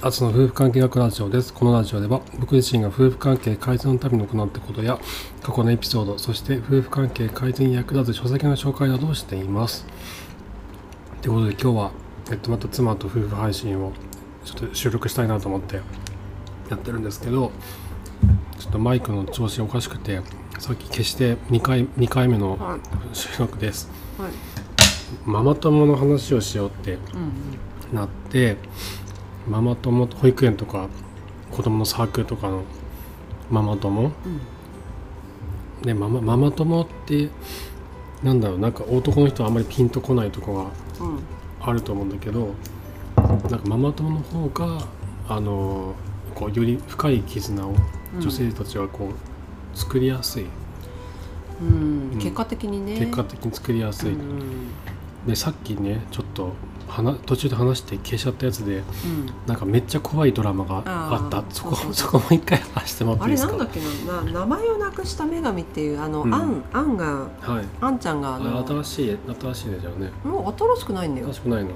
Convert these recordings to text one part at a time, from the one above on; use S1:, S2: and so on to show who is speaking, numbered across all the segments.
S1: アツの夫婦関係学ラジオです。このラジオでは、僕自身が夫婦関係改善のために行ったことや、過去のエピソード、そして夫婦関係改善に役立つ書籍の紹介などをしています。ということで、今日は、えっと、また妻と夫婦配信をちょっと収録したいなと思ってやってるんですけど、ちょっとマイクの調子がおかしくて、さっき消して2回 ,2 回目の
S2: はい
S1: 収録です。
S2: はい
S1: ママ友の話をしようって
S2: うん
S1: なってママ友保育園とか子供のサークルとかのママ友
S2: うん
S1: でママママ友ってなんだろうなんか男の人はあんまりピンとこないとこ
S2: うん
S1: があると思うんだけどなんかママ友の方があのこうより深い絆を
S2: うん
S1: 女性たちはこう、作りやすい
S2: うん
S1: うん
S2: 結果的にね
S1: 結果的に作りやすい、
S2: うん
S1: でさっきねちょっと話途中で話して消しちゃったやつでなんかめっちゃ怖いドラマがあった
S2: あー
S1: そこ
S2: そう
S1: そ
S2: そうそう
S1: こもう一回話しても
S2: う
S1: らっ
S2: ん
S1: て
S2: あ
S1: いい
S2: れ
S1: です
S2: な
S1: か
S2: んだっけなな名前をなくした女神っていうあの、
S1: うん
S2: アンアンが
S1: はい
S2: アンちゃんがあの
S1: あ新しい新しいねじゃあね
S2: もう新しくないんだよ
S1: 新、しくないの、
S2: う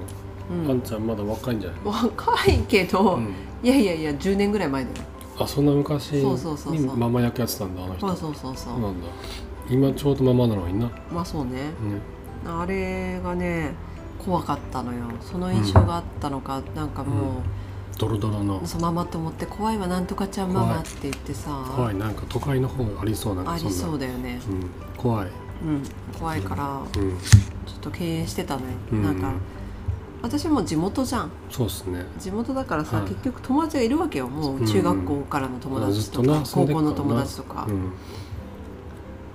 S1: あん
S2: ん、
S1: ちゃんまだ若いんじゃないの、
S2: 若いけど、
S1: うん
S2: いやいやいや10年ぐらい前だよ
S1: あそんな昔
S2: そうそうそう
S1: に
S2: そう
S1: ママ役やってたんだあの人
S2: そうそうそうそう、
S1: そうなんだ今ちょうどママなのにな、ね、
S2: まあそうねあれがね怖かったのよその印象があったのか、なんかも
S1: ドロドロの
S2: う、そのママと思って怖いわなんとかちゃんママって言ってさ
S1: 怖いなんか都会の方がありそうなんか
S2: あり
S1: んな
S2: そうだよね、
S1: うん、怖い、
S2: うん、怖いから
S1: うん、
S2: ちょっと敬遠してたのよ、
S1: うん
S2: なんか私も地元じゃん
S1: そうっすね
S2: 地元だからさ、
S1: はい
S2: 結局友達がいるわけよも
S1: うん
S2: う中学校からの友達とか、
S1: まあずっとな
S2: 高校の友達とか
S1: う、ん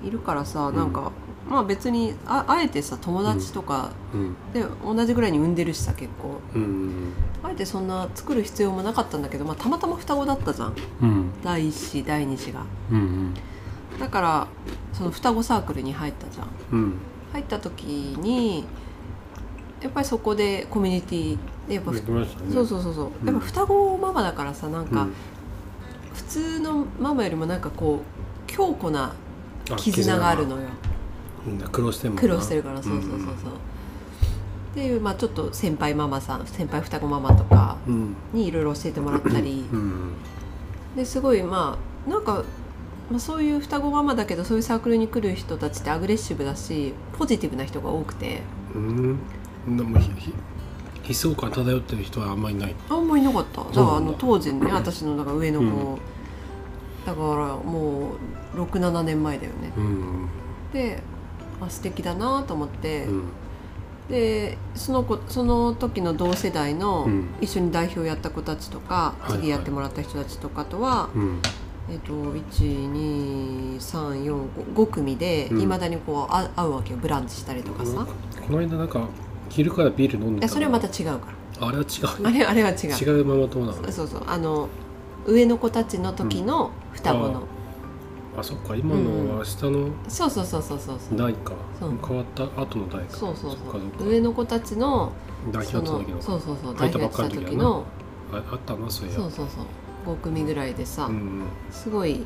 S2: いるからさ
S1: うん
S2: なんか、まあ別にああえてさ友達とか
S1: うん
S2: で同じぐらいに産んでるしさ結構
S1: うん
S2: あえてそんな作る必要もなかったんだけど、まあ、たまたま双子だったじゃん
S1: うん
S2: 第一子第二子が
S1: うんうん
S2: だからその双子サークルに入ったじゃん
S1: うん
S2: 入った時にやっぱりそこでコミュニティでやっぱ、
S1: 言ってましたね
S2: そうそうそうそう、
S1: うん
S2: やっぱ双子ママだからさなんか、
S1: うん
S2: 普通のママよりもなんかこう強固な
S1: あ
S2: 絆があるのよ
S1: うん苦労してんもんな
S2: 苦労してるからそうそうそうそう、っていう、まあ、ちょっと先輩ママさん先輩双子ママとか
S1: うん
S2: にいろいろ教えてもらったり
S1: うん
S2: ですごいまあなんか、まあ、そういう双子ママだけどそういうサークルに来る人たちってアグレッシブだしポジティブな人が多くて
S1: うんでもひひ悲壮感漂ってる人はあんまりいない
S2: あんまいなかっただか
S1: そう
S2: ら
S1: な
S2: あ
S1: んだ
S2: の当時ね私のだから上の子、
S1: うん
S2: だからもう67年前だよね
S1: うん
S2: で、あ、素敵だなと思って、
S1: うん
S2: でその子その時の同世代の
S1: うん
S2: 一緒に代表やった子たちとか、
S1: はいはい
S2: 次やってもらった人たちとかとは、
S1: うん
S2: えっと12345組で
S1: うん
S2: いまだにこうあ会うわけよブランチしたりとかさ、
S1: この間なんか昼からビール飲ん
S2: い
S1: で
S2: や
S1: た
S2: それはまた違うか
S1: あれは違
S2: らあれあれは違う
S1: う違うママ友なの
S2: そうそうあの上の子たちの時の双子の、
S1: あそっか今のは下の
S2: そうそうそうそうそうそう
S1: 代か
S2: そう
S1: 変わった後の代か
S2: そうそう
S1: っ
S2: そ
S1: かそっか
S2: う上の子たちの
S1: 代表やってた
S2: その
S1: 時の
S2: そうそうそう
S1: 入
S2: 代
S1: った
S2: 表
S1: ば
S2: や
S1: っ
S2: って
S1: か
S2: た
S1: りの時だな
S2: 時の
S1: ああったなそういや
S2: そうそうそう5組ぐらいでさ、
S1: うん
S2: すごい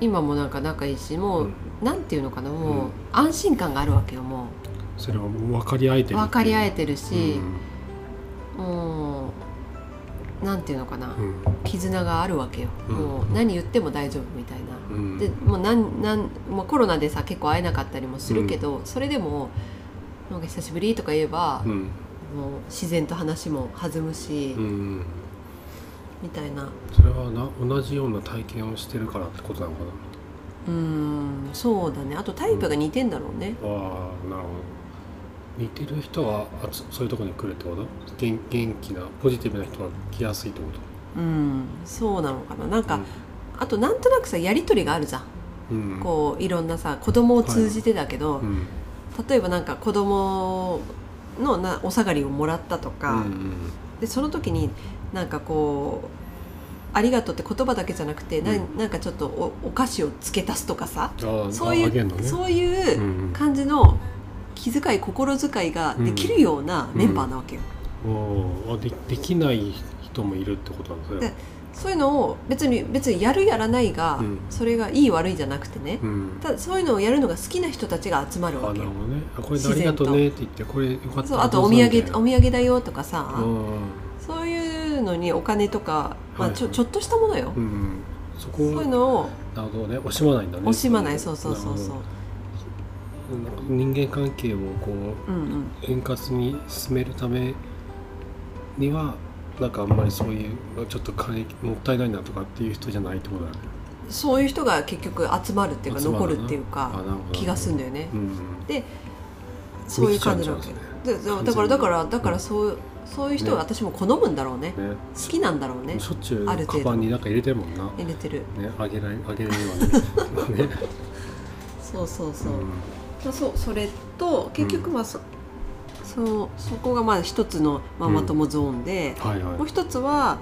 S2: 今もなんか仲いいし
S1: う
S2: もう、
S1: ん
S2: なんていうのかなもう、
S1: うん
S2: 安心感があるわけよも
S1: それは分かり合えてるって
S2: う
S1: いう
S2: 分かり合えてるし
S1: う、ん
S2: もうなんていうのかな、
S1: うん
S2: 絆があるわけよ、
S1: うん
S2: もう何言っても大丈夫みたいな。
S1: うん
S2: でもうなんなんもうコロナでさ結構会えなかったりもするけど、それでも「なんか久しぶり」とか言えば、
S1: うん
S2: もう自然と話も弾むし、
S1: うん
S2: みたいな
S1: それはな同じような体験をしてるからってことなのかな
S2: うーんそうだねあとタイプが似てんだろうね、
S1: ああなるほど似てる人はあつそういうとこに来るってこと元元気なポジティブな人が来やすいってこと
S2: うん、そうなのかななんか、
S1: うん
S2: あとなんとなくさやり取りがあるじゃん、
S1: うん
S2: こういろんなさ子供を通じてだけど、
S1: うん
S2: 例えばなんか子供のなお下がりをもらったと
S1: う
S2: か、
S1: ん
S2: でその時になんかこう「ありがとう」って言葉だけじゃなくて、な
S1: うん
S2: なんかちょっとおお菓子を付け足すとかさ
S1: うんああ
S2: そうい
S1: あげん
S2: う、
S1: のね
S2: そういううん感じの気遣い心遣いができるようなメンバーなわけよ。
S1: うんおーあでできない人もいるってことなんですね
S2: でそういうのを別に別にやるやらないが、
S1: うん
S2: それがいい悪いじゃなくてね、
S1: うん
S2: ただそういうのをやるのが好きな人たちが集ま
S1: あ
S2: る
S1: な
S2: わ
S1: る
S2: けよ
S1: ほどねあこれであ
S2: 自
S1: りが
S2: 然と
S1: とうねって言ってこれよかった
S2: そう
S1: ら
S2: あと
S1: ど
S2: お
S1: うぞ
S2: 土
S1: みたい
S2: 産
S1: な
S2: お土産だよとかさ、
S1: うん
S2: そういういうのにお金とか、まあ、ち
S1: はいは
S2: ょ
S1: い
S2: ちょっとしたものよ、
S1: うん、そこ
S2: そういうのを
S1: なるほどね惜しまないんだね
S2: 惜しまないそうそうそうそう
S1: うんなんか人間関係をこう
S2: うんうん
S1: 円滑に進めるためにはなんかあんまりそういうちょっと金もったいないなとかっていう人じゃないってことだね
S2: そういう人が結局集まるっていうか
S1: 集ま
S2: 残
S1: るな
S2: るっていう
S1: あなる
S2: か
S1: ほど
S2: 気がするんだよね
S1: うん
S2: そういう感じなわ
S1: ミ
S2: け
S1: キちゃん
S2: ででだからだからだからそうそういう人は私も好むんだろうね
S1: じゃんねね
S2: 好きなんだろうね
S1: しょっちゅ
S2: ある
S1: う
S2: 程
S1: カ
S2: 度
S1: バンになんか入れてるもんな
S2: 入れてる
S1: ねあげられあげられるわねね
S2: そうそう そうう、
S1: ん
S2: まあ、そうそれと結局まあそ,、そうそこがまあ一つのママ友ゾーンで、
S1: はいはい
S2: もう一つは、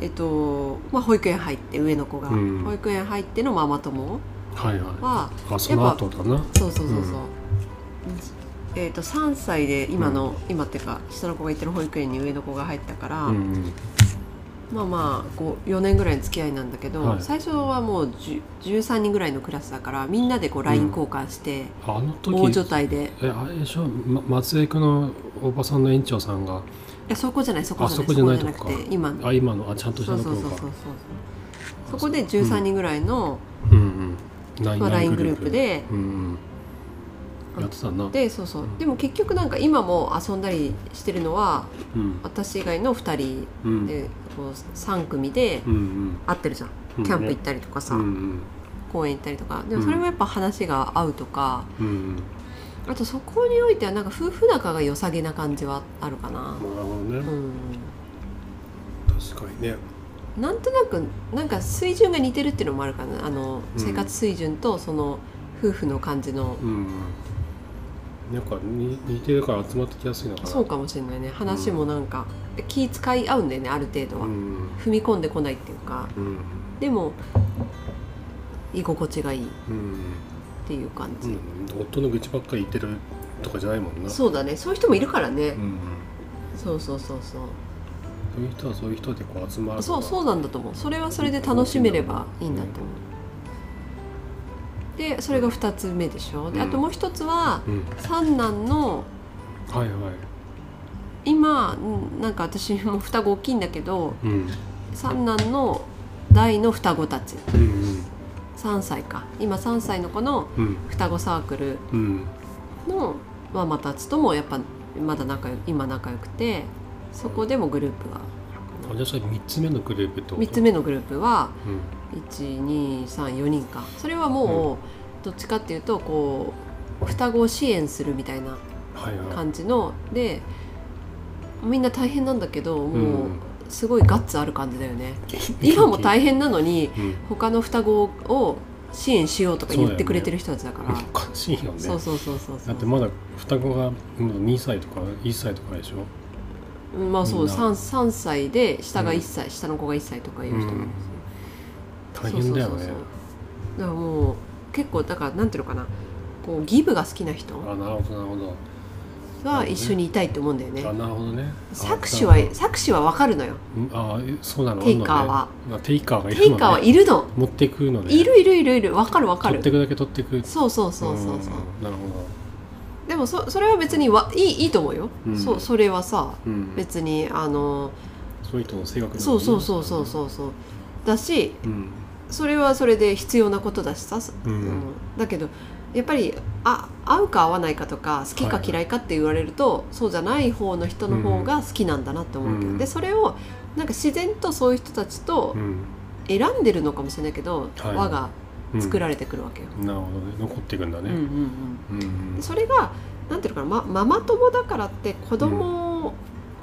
S2: えっとまあ、保育園入って上の子が、
S1: うん
S2: 保育園入ってのママ友
S1: はいは
S2: は、
S1: いあその後だな
S2: そうそうそうそう、えっと3歳で今の、今っていうか下の子が行ってる保育園に上の子が入ったから、
S1: うん
S2: まあまあこう4年ぐらいの付き合いなんだけど、
S1: はい
S2: 最初はもう10 13人ぐらいのクラスだからみんなでこう LINE 交換して、
S1: あの
S2: 大
S1: 時
S2: 所帯でい
S1: えあれでしょ、ま、松江区のおばさんの園長さんが
S2: やそこじゃないそこじゃ
S1: あ
S2: ない
S1: そこじゃない
S2: そこじゃなく
S1: と
S2: て今の
S1: あ今のあちゃんとした
S2: そう
S1: とこ
S2: そう
S1: ろ
S2: そうそう
S1: か
S2: そうそこで13人ぐらいの、
S1: うんうんライン
S2: まあ、
S1: ライ
S2: LINE
S1: ン
S2: グループで
S1: うんうんやってたな
S2: でそうそう
S1: うん
S2: でも結局なんか今も遊んだりしてるのは
S1: うん
S2: 私以外の2人
S1: うん
S2: でこう3組で
S1: うんうん
S2: 会ってるじゃん
S1: うん
S2: キャンプ行ったりとかさ、
S1: うんうん
S2: 公園行ったりとかでもそれもやっぱ話が合うとか
S1: うん
S2: あとそこにおいてはなんか夫婦仲が良さげな感じはあるかな
S1: なる、ほど
S2: う
S1: ね
S2: ん、
S1: 確かにね
S2: なんとなくなんか水準が似てるっていうのもあるかなあの
S1: うん
S2: 生活水準とその夫婦の感じの
S1: うんうんなんかに似てるから集まってきやすいのかな
S2: そうかもしれないね話もなんか、気使い合うんだよねある程度は、
S1: うん
S2: 踏み込んでこないっていうか
S1: うん
S2: でも居心地がいいっ
S1: うん
S2: ていう感
S1: う
S2: じ、
S1: ん夫の愚痴ばっかり言ってるとかじゃないもんな
S2: そうだねそういう人もいるからね、
S1: うん
S2: そうそうそうそう
S1: そういう人はそういう人でこう集まる
S2: そうそううなんだと思うそれはそれで楽しめればいいんだと思うでそれが2つ目でしょで
S1: うん
S2: あともう一つは
S1: うん
S2: 三男の
S1: はいはい
S2: 今うんなんか私も双子大きいんだけど
S1: うん
S2: 三男の大の双子たち
S1: うん
S2: 3歳か今3歳の子の
S1: うんうん
S2: 双子サークル
S1: うん
S2: のママたちともやっぱまだ仲良今仲良くてそこでもグループは
S1: あじゃあそれ3つ目のグループってこと
S2: 3つ目のグループは
S1: うん
S2: 1234人かそれはもうどっちかっていうとこう双子を支援するみたいな
S1: はいはい
S2: 感じのでみんな大変なんだけどもう
S1: うん
S2: すごいガッツある感じだ よね今も大変なのに
S1: うん
S2: 他の双子を支援しようとか言ってくれてる人たちだから
S1: おかしいよね
S2: そうそうそうそうそ
S1: だ
S2: う
S1: ってまだ双子が2歳とか1歳とかでしょ
S2: まあそ
S1: み
S2: う
S1: んな
S2: 3, 3歳で下が
S1: うん
S2: 1歳、下の子が1歳とかいう人も、
S1: うん大変だよね
S2: そうそうそうそうだからもう結構だからなんていうのかなこうギブが好きな人
S1: あなるほどなるほど
S2: が一緒にいたいって思うんだよね
S1: あなるほどね
S2: 作詞は
S1: あ
S2: 作詞は分かるのよ
S1: あえそうなの
S2: テイカーは
S1: あんのねあテイカーがいる
S2: テ
S1: の、ね、
S2: イカーはいるの
S1: 持ってくのね
S2: いるいるいるいる分かる分か
S1: 取って
S2: る
S1: くだけ取ってく
S2: そうそうそうそうそう
S1: うんなるほど
S2: でもそそれは別にわいいいいと思うよ、
S1: うん
S2: そうそれはさ
S1: うん
S2: 別にあの
S1: そういう人の性格
S2: そうそうそうそうそうそうだし
S1: ううん
S2: それはそれで必要なことだしさ、
S1: うん
S2: うんだけどやっぱりあ合うか合わないかとか好き
S1: はい
S2: か
S1: はい
S2: 嫌いかって言われると、そうじゃない方の人の方が好きなんだなって思うけど、
S1: うん
S2: でそれをなんか自然とそういう人たちと
S1: うん
S2: 選んでるのかもしれないけど、
S1: はい
S2: 輪が
S1: うん
S2: 作られてくるわけよ。
S1: なるほどね残っていくんだ
S2: うんうん
S1: ね
S2: うん
S1: うんうん
S2: でそれがなんていうのかな、ま、ママ友だからって子供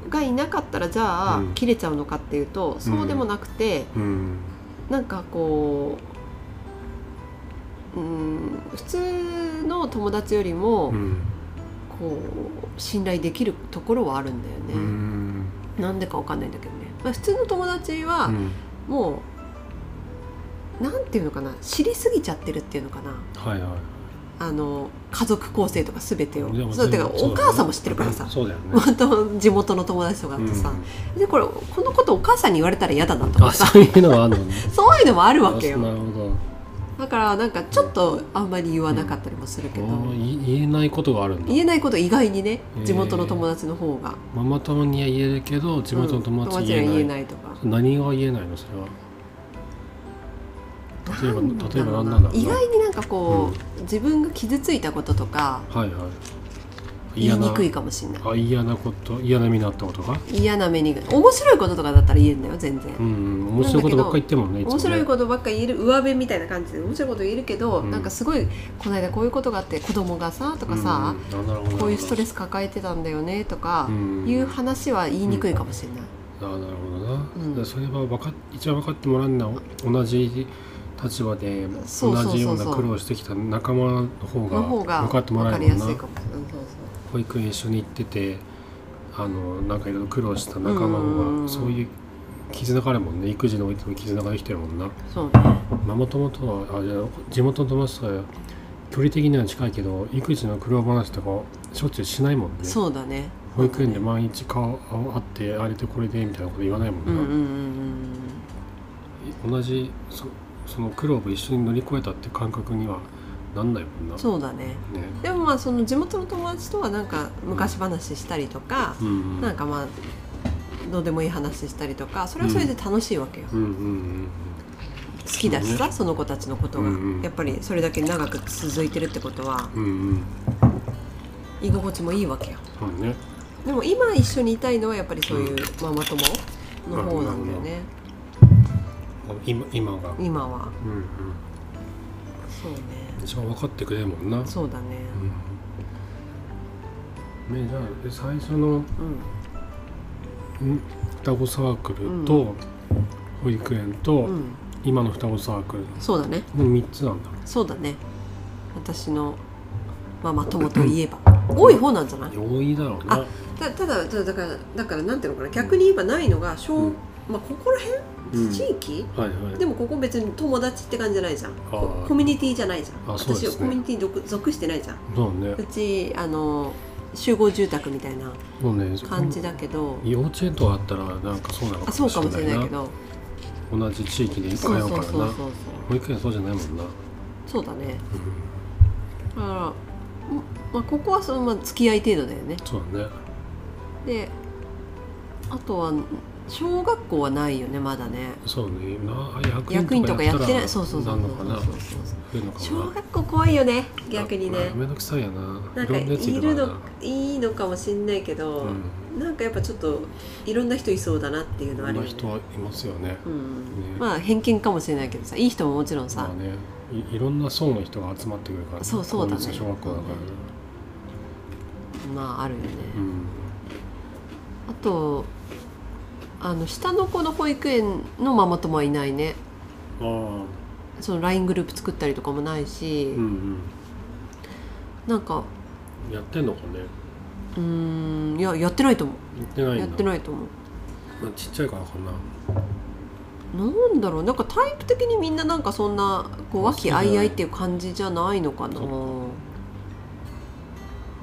S2: がいなかったらじゃあ、
S1: うん
S2: 切れちゃうのかっていうとそうでもなくて、
S1: うん
S2: なんかこううん普通の友達よりも、
S1: うん
S2: こう信頼できるところはあるんだよ
S1: う
S2: ね、
S1: ん
S2: なんでかわかんないんだけどね、まあ、普通の友達
S1: う
S2: は
S1: ん
S2: もう、なんていうのかな知りすぎちゃってるっていうのかな
S1: はいはい
S2: あの家族構成とか全てを
S1: でも
S2: そうて
S1: 全
S2: か
S1: 部
S2: お母さんも知ってるからさ
S1: そうだ よね
S2: 本当地元の友達とか
S1: う
S2: と
S1: ん
S2: さ、でこれこのことお母さんに言われたら嫌だなとか
S1: あ
S2: さ
S1: そういうのがあるのね
S2: そういうのもあるわけ
S1: あな
S2: よ
S1: るほど
S2: だからなんかちょっとあんまり言わなかったりもするけど、
S1: あーい言えないことがあるんだ
S2: 言えないこと意外にね
S1: へー
S2: 地元の友達の方が、
S1: ママ友には言えるけど地元の友達
S2: うん
S1: に
S2: 友達に
S1: 言
S2: は言
S1: え
S2: え
S1: ない,、
S2: ないとか
S1: 何が言えないのそれは例えば
S2: なんだろう
S1: 例えば何なんだろうな
S2: 意外になんかこう、自分が傷ついたこととか
S1: はいはい
S2: 言いにくい
S1: な
S2: かもしれない
S1: あ嫌なこと嫌な目になったことが
S2: 嫌な目に面白いこととかだったら言えるんだよ全然
S1: うん、うん、面白いことばっかり言ってんもんねいつもね
S2: 面白いことばっかり言える上辺みたいな感じで面白いこと言えるけど、
S1: うん
S2: なんかすごいこの間こういうことがあって子供がさとかさ、
S1: うんなるほど
S2: こういうストレ
S1: ス
S2: ス抱えてたんだよねとか
S1: う、ん
S2: いう話は言いにくいかもしれない、
S1: あーなるほどな、
S2: うん
S1: でそれは分かっ一番分かってもらうのは同じ立場で
S2: そうそうそうそ
S1: 同
S2: う
S1: じような苦労してきた仲間の方
S2: の方
S1: が
S2: が
S1: 分かっても
S2: 分
S1: ら
S2: か
S1: え
S2: り
S1: る
S2: や
S1: もん
S2: すい
S1: な
S2: かもしれない、うんそう
S1: 保育園一緒に行っててあのなんかいろいろ苦労した仲間
S2: う
S1: の方が
S2: ん
S1: そういう絆があるもんね育児においても絆ができてるもんな
S2: そうそうね
S1: ママ友とはあじゃあ地元の友達とは距離的には近いけど育児の苦労話とかしょっちゅうしないもんね
S2: そうだね
S1: 保育園で毎日顔会ってあれとこれでみたいなこと言わないもん
S2: う
S1: な、
S2: んうんうんうん
S1: 同じそその苦労を一緒に乗り越えたって感覚にはなんないもんな
S2: うんそうだね
S1: ね
S2: でもまあその地元の友達とはなんか昔話したりとか、
S1: うんうん
S2: なんかまあどうでもいい話したりとかそれはそれで楽しいわけよ、
S1: うんうんうん
S2: 好きだしさその子たちのことが、
S1: うんうん
S2: やっぱりそれだけ長く続いてるってことは
S1: うんうんうん
S2: 居心地もいいわけよ
S1: そうね
S2: でも今一緒にいたいのはやっぱりそういうママ友の方なんだよね、
S1: 今今がうん
S2: 今は
S1: うん
S2: そうね
S1: 一番分かってくれるもんな
S2: そうだね
S1: うんねじゃあえ最初の
S2: うん
S1: ん双子サークルと保育園と
S2: うん、
S1: 今の双子サークル
S2: そうだね
S1: の3つなんだ
S2: そうだね私のママ友といえば多い方なんじゃない
S1: 多いだろうな
S2: あたただただだからだからなんていうのかな逆に言えばないのが小、
S1: うん
S2: まあここら辺、
S1: うん
S2: 地域
S1: はいはい
S2: でもここ別に友達って感じじゃないじゃん
S1: あー
S2: コミュニティじゃないじゃん
S1: あそうですね
S2: 私コミュニティに属属してないじゃん
S1: そうね
S2: うちあの集合住宅みたいな
S1: もうね
S2: 感じだけど、
S1: 幼稚園とかあったらなんかそうなの
S2: あそうかもしれないけど
S1: 同じ地域で通う
S2: そ
S1: か
S2: う
S1: ら
S2: そうそうそう
S1: な保育園そうじゃないもんな、
S2: そうだね
S1: うん、
S2: だから、んまあ、ここはその、まあ、付き合い程度だよね
S1: そうだね
S2: であとは小学校はないよねまだね
S1: そうねな
S2: 役員とかやってないそうそう
S1: な
S2: そうんそう
S1: のかな
S2: そう
S1: 増えるのかな
S2: 小学校怖いよね逆にね
S1: あめんどくさいやな
S2: なん
S1: い
S2: か
S1: ろんなやつ
S2: い
S1: いる
S2: る
S1: から
S2: の
S1: ない
S2: いのかもしんないけど、
S1: うん
S2: なんかやっぱちょっといろんな人いそうだなっていうのはあ
S1: い
S2: る
S1: ろ
S2: よ
S1: んな
S2: ね
S1: 人はいますよね、
S2: うん
S1: ね
S2: まあ偏見かもしれないけどさいい人ももちろんさ、
S1: まあねいいろんな層の人が集まってくるから、
S2: そうそうだね
S1: 公立の小学校だから、
S2: まああるよね、
S1: うん
S2: あとあの下の子の保育園のママ友はいないね
S1: ああ
S2: その LINE グループ作ったりとかもないし、
S1: うん
S2: なんか
S1: うんやってんのかね
S2: うーんいややってないと思
S1: やってな
S2: う
S1: いんだ
S2: やってないと思う
S1: まあちっちゃいからかな
S2: なんだろうなんかタイプ的にみんななんかそんなこう和気あいあいっていう感じじゃないのかな
S1: そうだ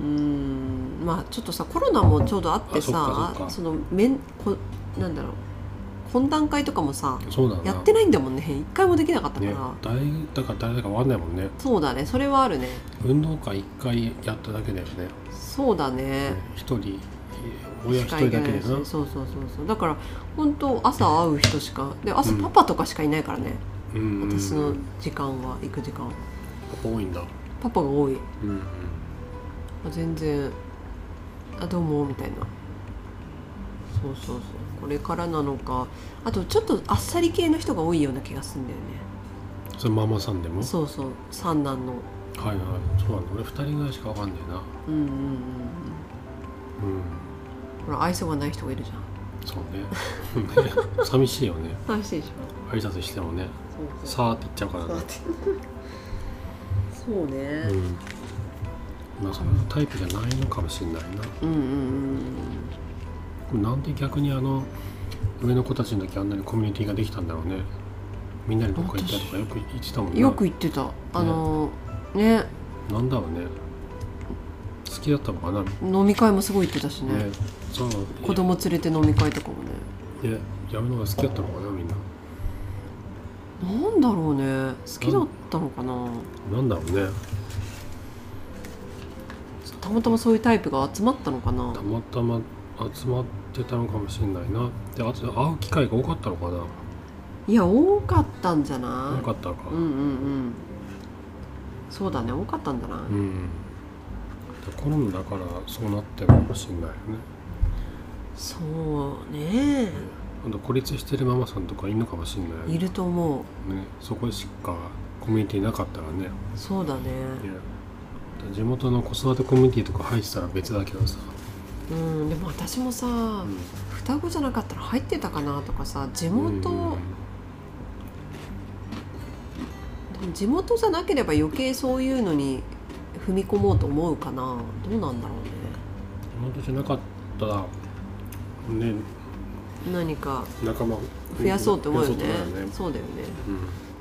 S2: うーんまあちょっとさコロナもちょうどあって
S1: あそ
S2: さ
S1: っかそっか
S2: の面こなんだろう懇談会とかもさ
S1: そうだな
S2: やってないんだもんね一回もできなかったから、
S1: ね、誰だか誰だかわかんないもんね
S2: そうだねそれはあるね
S1: 運動会一回やっただけだよね
S2: そうだね
S1: 一人親一人だけでな
S2: そうそうそうそうだから本当朝会う人しかで朝
S1: うん
S2: パパとかしかいないからね、
S1: うんうん
S2: 私の時間は行く時間
S1: 多いんだ
S2: パパが多い
S1: うんうん
S2: あ全然あどうもみたいなそうそうそうこれからなのかあとちょっとあっさり系の人が多いような気がするんだよね
S1: それママさんでも
S2: そうそう三男の
S1: はいはいそうなんだ俺二人ぐらいしかわかんないな
S2: うんうんうんう
S1: う
S2: ん
S1: ん
S2: ほら愛想がない人がいるじ
S1: そう ねね寂しいよね
S2: ゃん悲しいでし
S1: 挨拶してもね
S2: ょそうそう
S1: さーって言っちゃうから
S2: そ
S1: な
S2: うだってそう
S1: う
S2: ね、
S1: んまあそのタイプじゃないのかもしれないな
S2: うん、うんうん
S1: なんで逆にあの上の子たちの時あんなにコミュニティができたんだろうねみんなでどっか行ったとかよく言ってたもん
S2: うん
S1: な
S2: よく言ってたあのね
S1: なんだろうね好きだったのかな、ね
S2: 飲み会もすごい行ってたしね
S1: そう
S2: 子供連れて飲み会とかもね
S1: ねやるのが好きだったのかなみんな
S2: なんだろうね好きだったのかな
S1: なんだろうね
S2: たまたまそういうタイプが集まったのかな
S1: たまたま集まってたのかもしれないなであと会う機会が多かったのかない
S2: や多かったんじゃな
S1: 多かったのか
S2: いうんうんうんそうだね多かったんだな、
S1: うんコロナだからそうなってるかもしれないよね
S2: そうね
S1: あと孤立してるママさんとかいるのかもしれないよね
S2: いると思う
S1: ねそこしかコミュニティなかったらね
S2: そうだね
S1: ね地元の子育てコミュニティとか入ってたら別だけどさ、
S2: うんでも私もさ、
S1: うん
S2: 双子じゃなかったら入ってたかなとかさ地元、でも地元じゃなければ余計そういうのに踏み込もうと思うかなどうなんだろう
S1: 地元じゃなかったらね
S2: ね何か
S1: 仲間
S2: 増やそうと思うよね
S1: 増やそうと思うよね
S2: そうだよね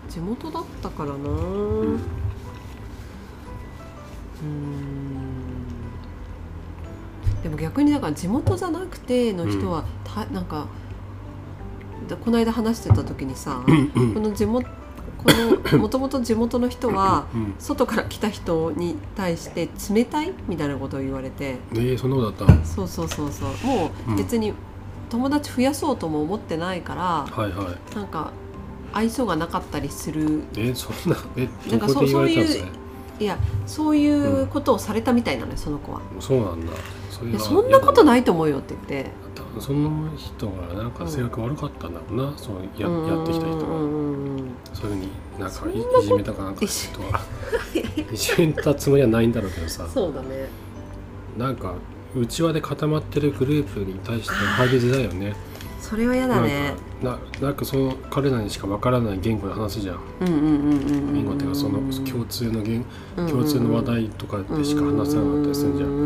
S1: うん
S2: 地元だったからなう
S1: うん
S2: ーんでも逆にだから地元じゃなくての人は、たなんかだこの間話してた時にさ、この地元このもともと地元の人は
S1: うん
S2: 外から来た人に対して冷たいみたいなことを言われて
S1: えー、そんなことだっ
S2: そうそうそうそうも
S1: うん
S2: う別に友達増やそうとも思ってないから
S1: たはいはい
S2: なんか愛想がなかったりする
S1: えー、そんなえ
S2: なん
S1: ど
S2: か
S1: こで
S2: そう
S1: 言われたんです
S2: そう
S1: ね
S2: いいやそういうことをされたみたいなのよその子は。
S1: そうなんだそ
S2: いやそんなこと
S1: い
S2: ないと思うよって言って
S1: や多分その人がなんか性格悪かったんだろうな、そうややってきた人
S2: う
S1: が
S2: んうんうんうん
S1: そういうふうになん
S2: そ
S1: か
S2: んないこと
S1: いじめたかなんか人は いじめたつもりはないんだろうけどさ
S2: そうだね
S1: なんか内輪で固まってるグループに対して入りづらいよね
S2: それは嫌だね
S1: なんかななんかその彼らにしかわからない言語で話すじゃん
S2: うんうんうんうんうん
S1: 言語っていうかその共通の言共通の話題とかでしか話せ
S2: せ
S1: なかったりするじゃん
S2: んう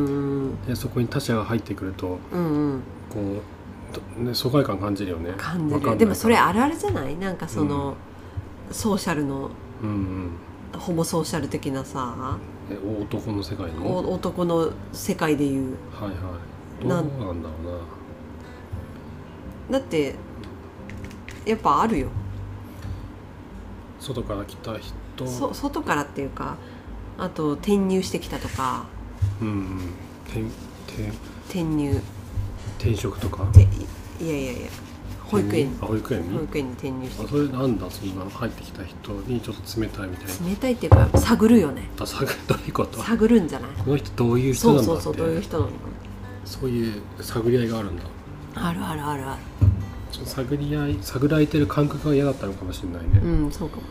S2: ん
S1: でそこに他者が入ってくると
S2: うんうん
S1: こうとね、疎外感感じるよね
S2: 感じ
S1: わかんないか
S2: る
S1: ら
S2: でもそれあるあるじゃないなんかそのソーシャルの
S1: うんうん
S2: ホモソーシャル的なさ
S1: えお男の世界の
S2: お男の世界でいう
S1: はいはいどう
S2: な
S1: なんだろうな
S2: だってやっぱあるよ
S1: 外から来た人
S2: そ外からっていうかあと転入してきたとか
S1: うんうん転転
S2: 転入
S1: 転職とか
S2: ていやいやいや保育園
S1: あ保育園に
S2: 保育園に転入して
S1: あそれなんだその今入ってきた人にちょっと冷たいみたいな
S2: 冷たいっていうか探るよね
S1: あさどういうこと
S2: 探るんじゃない
S1: この人どういう人
S2: そ
S1: な
S2: うん
S1: だ
S2: そ
S1: っ
S2: う
S1: て
S2: そうどういう人なのか
S1: そういう探り合いがあるんだ
S2: あるあるあるあ
S1: ちょっと探り合い探られてる感覚が嫌だったのかもしれないね、
S2: るうんそうかもね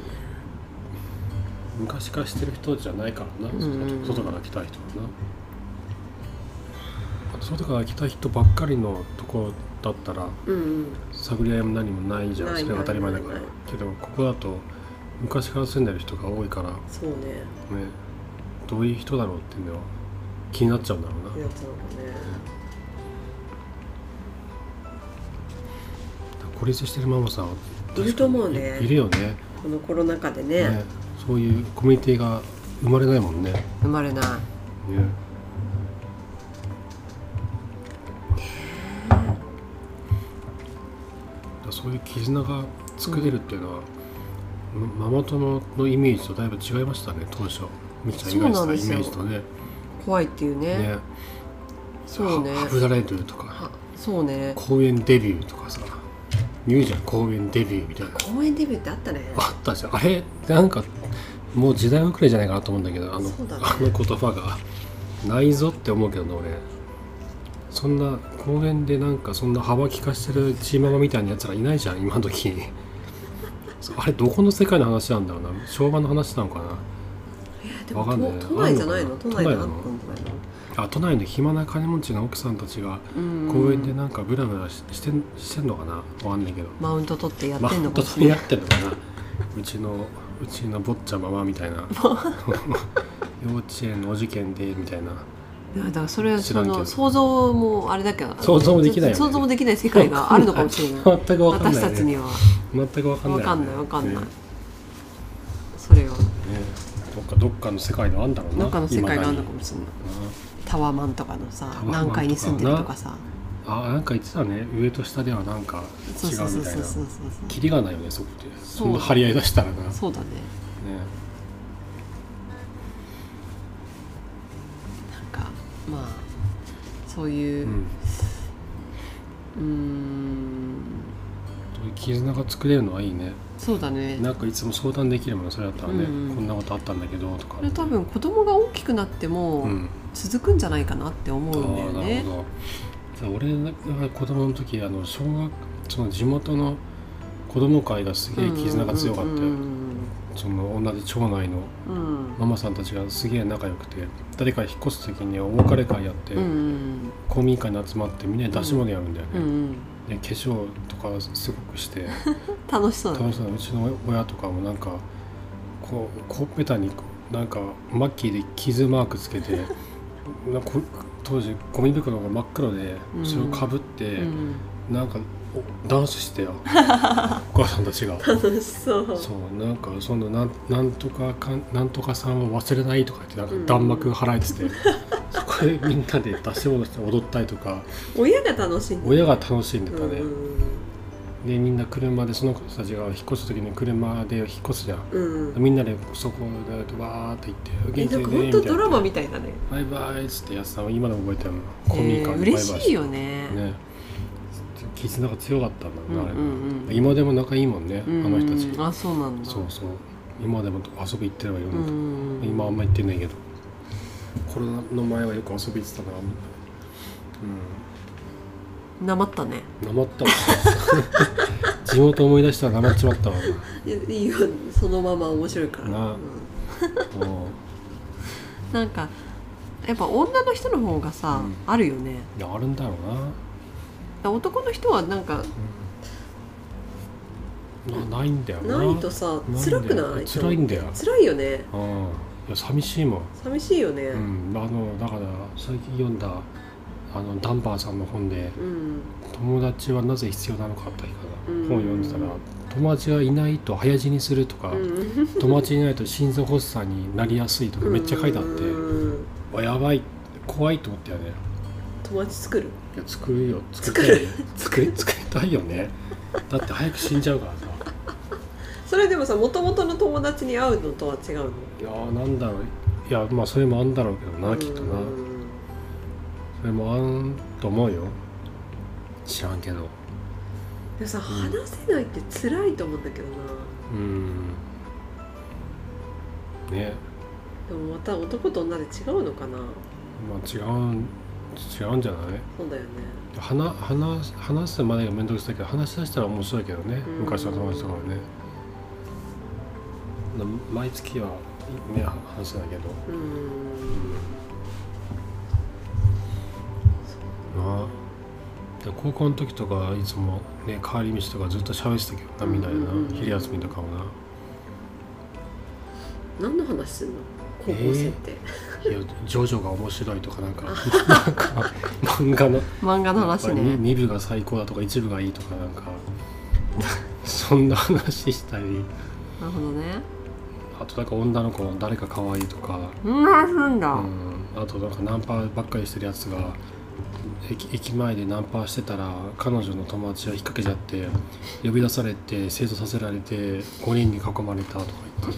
S1: 昔からしてる人じゃないからな、
S2: うんうんうん
S1: 外から来た人はなあと外から来た人ばっかりのとこだったら
S2: うんうん
S1: 探り合いも何もないじゃん
S2: ない
S1: それは当たり前だから
S2: ないない
S1: けどここだと昔から住んでる人が多いからね
S2: そうね
S1: どういう人だろうっていうのは気になっちゃうんだろうな、
S2: やつなのかね
S1: 孤立してるママさんは確かに
S2: いると思うね
S1: いいるよね
S2: このコロナ禍で
S1: ねそういうコミュニティが生まれないもんねね
S2: 生まれない
S1: そういう絆が作れるっていうのは、まママ友のイメージとだいぶ違いましたね当初みきちゃん以外
S2: そうなんで
S1: した
S2: す
S1: イメ
S2: よ
S1: ージとね
S2: 怖いっていうね
S1: ね
S2: そうね
S1: ハブラレドゥと
S2: は
S1: か
S2: そうね
S1: 公演デビューとかさ言うじゃん公演デビューみたいな
S2: 公演デビューってあったね
S1: あったじゃんあれなんかもう時代遅れじゃないかなと思うんだけどあの,、
S2: そうだね
S1: あの言葉がないぞって思うけどね俺そんな公園でなんかそんな幅利かしてるチーママみたいなやつらいないじゃん今時そうあれどこの世界の話なんだろうな昭和の話なのか
S2: で
S1: わかん
S2: も
S1: ない
S2: 都都内じゃないの
S1: あん
S2: 都
S1: のかな
S2: 内であったんじゃないの
S1: なあ都内の暇な金持ちの奥さんたちが
S2: うん
S1: 公園でなんかブラブラししてんしてんのかなわかんないけど
S2: マウント取ってやっ
S1: マ
S2: てん
S1: ウ
S2: の
S1: ン
S2: か
S1: ト
S2: もし
S1: 取り
S2: れな
S1: 合
S2: い
S1: ってんのかなうちのうちの坊ちゃんママみた いな幼稚園のお受験でみたいない
S2: やだからそれは
S1: 知
S2: そ
S1: らんけど
S2: の想像もあれだけど
S1: 想像もできないよね
S2: 想像もできない世界があるのかも しれない
S1: 全く分かん
S2: 私
S1: な
S2: た
S1: い
S2: ち
S1: ね
S2: には
S1: 全く分かんない
S2: 分かんない
S1: わ
S2: 分かんない
S1: ね
S2: それは
S1: ねどっかどっかの世界があるんだろうな
S2: 中の世界がある
S1: 未
S2: のか
S1: だに
S2: もしれない
S1: な
S2: タワマンとかのさ
S1: ワマンとかな
S2: 何階に住んでるとかさ
S1: あなんか言ってたね上と下ではなんか
S2: そう
S1: 違
S2: そう
S1: う
S2: そう
S1: みたい
S2: そう
S1: な
S2: そう
S1: キリがないよねそこって
S2: そう
S1: そんな張り合い出したらな、ね、
S2: そうだねなんかまあそういううんうーん
S1: そういう絆が作れるのはいいね
S2: そうだね
S1: なんかいつも相談できるものそれだったらね、
S2: うん
S1: こんなことあったんだけどとか
S2: これ多分子供が大きくなって
S1: う
S2: も
S1: ん
S2: 続くんじゃないかなって思
S1: ああ
S2: うん
S1: な
S2: だよ
S1: る
S2: ね
S1: ほ。どじゃあ俺が子供の時あの小学その地元の子供会がすげえ絆が強かったよ、
S2: うんうん
S1: その同じ町内の
S2: うんうん
S1: ママさんたちがすげえ仲良くて誰か引っ越す時にはお別れ会やって、
S2: うんうん
S1: 公民館に集まってみんなで出し物やるんだよ
S2: う
S1: ね、
S2: ん
S1: で化粧とかすごくして
S2: 楽しそうだね
S1: 楽しそうなうちの親とかもなんかこうほっぺたにこうなんかマッキーで傷マークつけ てなんかこ当時ゴミ袋が真っ黒で
S2: うん
S1: それをかぶって、
S2: うん
S1: なんかおダンス してよお母さんたちが。
S2: 楽しそう
S1: そうなんかそのなんなんとかかんなんとかさんを忘れないとか言ってなんか弾幕払えて て、そこでみんなで出し物して踊ったりとか
S2: 親が楽しんで
S1: 親が楽しんでたね、
S2: うん
S1: でみんな車でその子たちが引っ越す時に車で引っ越すじゃん
S2: うん
S1: みんなでそこでわーって行って
S2: え
S1: 元気
S2: なん
S1: で
S2: か
S1: ね
S2: 本
S1: み
S2: 当
S1: たい
S2: ド
S1: な
S2: ラマみたいだね
S1: バイバイっつってやつさんは今でも覚えてるのコミ
S2: え
S1: カ
S2: ー
S1: ルでバイバ
S2: 嬉
S1: イ
S2: しい
S1: して
S2: よね
S1: ね絆が強かったんだろうな、あれ
S2: うんうんうん
S1: 今でも仲いいもんね、
S2: うんうん
S1: あの人たち、
S2: あそうなんだ
S1: そうそう今でも遊び行ってればいろんなとこ
S2: ん
S1: 今あんま行ってないけどコロナの前はよく遊び行ってたな
S2: なまったね
S1: うんなまったわ 地元思い出したらなまっちまったわ
S2: いやいいよそのまま面白いから
S1: なあ
S2: うん
S1: もう
S2: なんかやっぱ女の人の方がさ、
S1: うん
S2: あるよね
S1: いやあるんだろうな
S2: 男の人はなんか
S1: うんなないんだよな
S2: ないとさ
S1: なんだよ
S2: 辛くない
S1: 辛いんだよ
S2: 辛いよね
S1: うんいや寂しいもん、
S2: 寂しいよね
S1: う
S2: うん、
S1: ん、あのだから最近読んだあのダンバーさんの本で「友達はなぜ必要なのか」って
S2: うん
S1: 本を読んでたら友達がいないと早死にするとか、
S2: うん
S1: 友達いないと心臓発作になりやすいとかめっちゃ書いてあって
S2: うん
S1: わやばい怖いと思ったよね
S2: 友達作る
S1: いや作るよ作りたいよね作り作りたいよねだって早く死んじゃうからさ
S2: それでもさ元々の友達に会うのとは違うの
S1: いやーなんだろういやまあそれもあんだろうけどなきっとな
S2: うん
S1: それもあんと思うよ知らんけど
S2: でもさ話せないって辛いと思うんだけどな
S1: うんね
S2: でもまた男と女で違うのかな
S1: まあ違うん違うんじゃない
S2: そうだよね
S1: 話話話すまでが面倒くさいけど話し出したら面白いけどね
S2: うん
S1: 昔の友達とかはねな毎月はね話せないけど
S2: うん
S1: なあで高校の時とかいつもね帰り道とかずっと喋ってたけどなみんなで
S2: うんうんうん
S1: な昼休みとかも な
S2: 何の話すんの高校生って、
S1: いや「ジョジョが面白い」とかなんかなんか漫画の
S2: 漫画の
S1: やっぱ
S2: 話
S1: り
S2: ね
S1: 2部が最高だとか1部がいいとかなんか そんな話したり
S2: なるほどね
S1: あとなんか女の子の誰か可愛いとか、
S2: そんな話すんだ、
S1: うん、あとなんかナンパばっかりしてるやつが駅駅前でナンパしてたら彼女の友達が引っ掛けちゃって呼び出されて清掃させられて5人に囲まれたとか言っ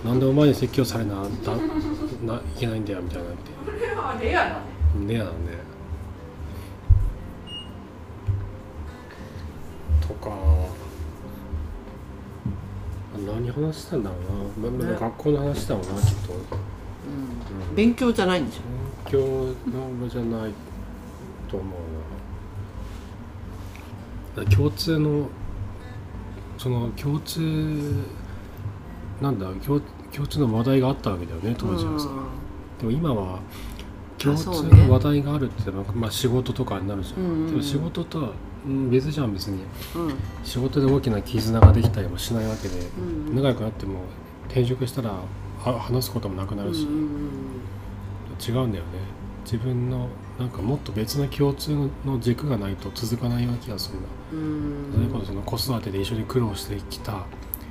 S1: て「なんでお前に説教されなだ ないけないんだよ」みたいなって。
S2: レアだね
S1: ねやねとか何話したんだろうな、まあまあ
S2: ね
S1: 学校の話だろうなきっと
S2: うん、勉強じゃないんでしょ
S1: 勉強のじゃないと思うな共通のその共通なんだ共共通の話題があったわけだよね当時はさ、でも今は共通
S2: そうね
S1: の話題があるって言ったらまあ仕事とかになるじゃん、
S2: うんうんうん
S1: でも仕事とはうん別じゃん別に
S2: うんうん
S1: 仕事で大きな絆ができたりもしないわけで、
S2: うん
S1: 仲良くなっても転職したらあ話すこともなくなるし、
S2: うん
S1: 違うんだよね自分のなんかもっと別の共通の軸がないと続かないような気がするな、
S2: うんうん
S1: それこそその子育てで一緒に苦労してきた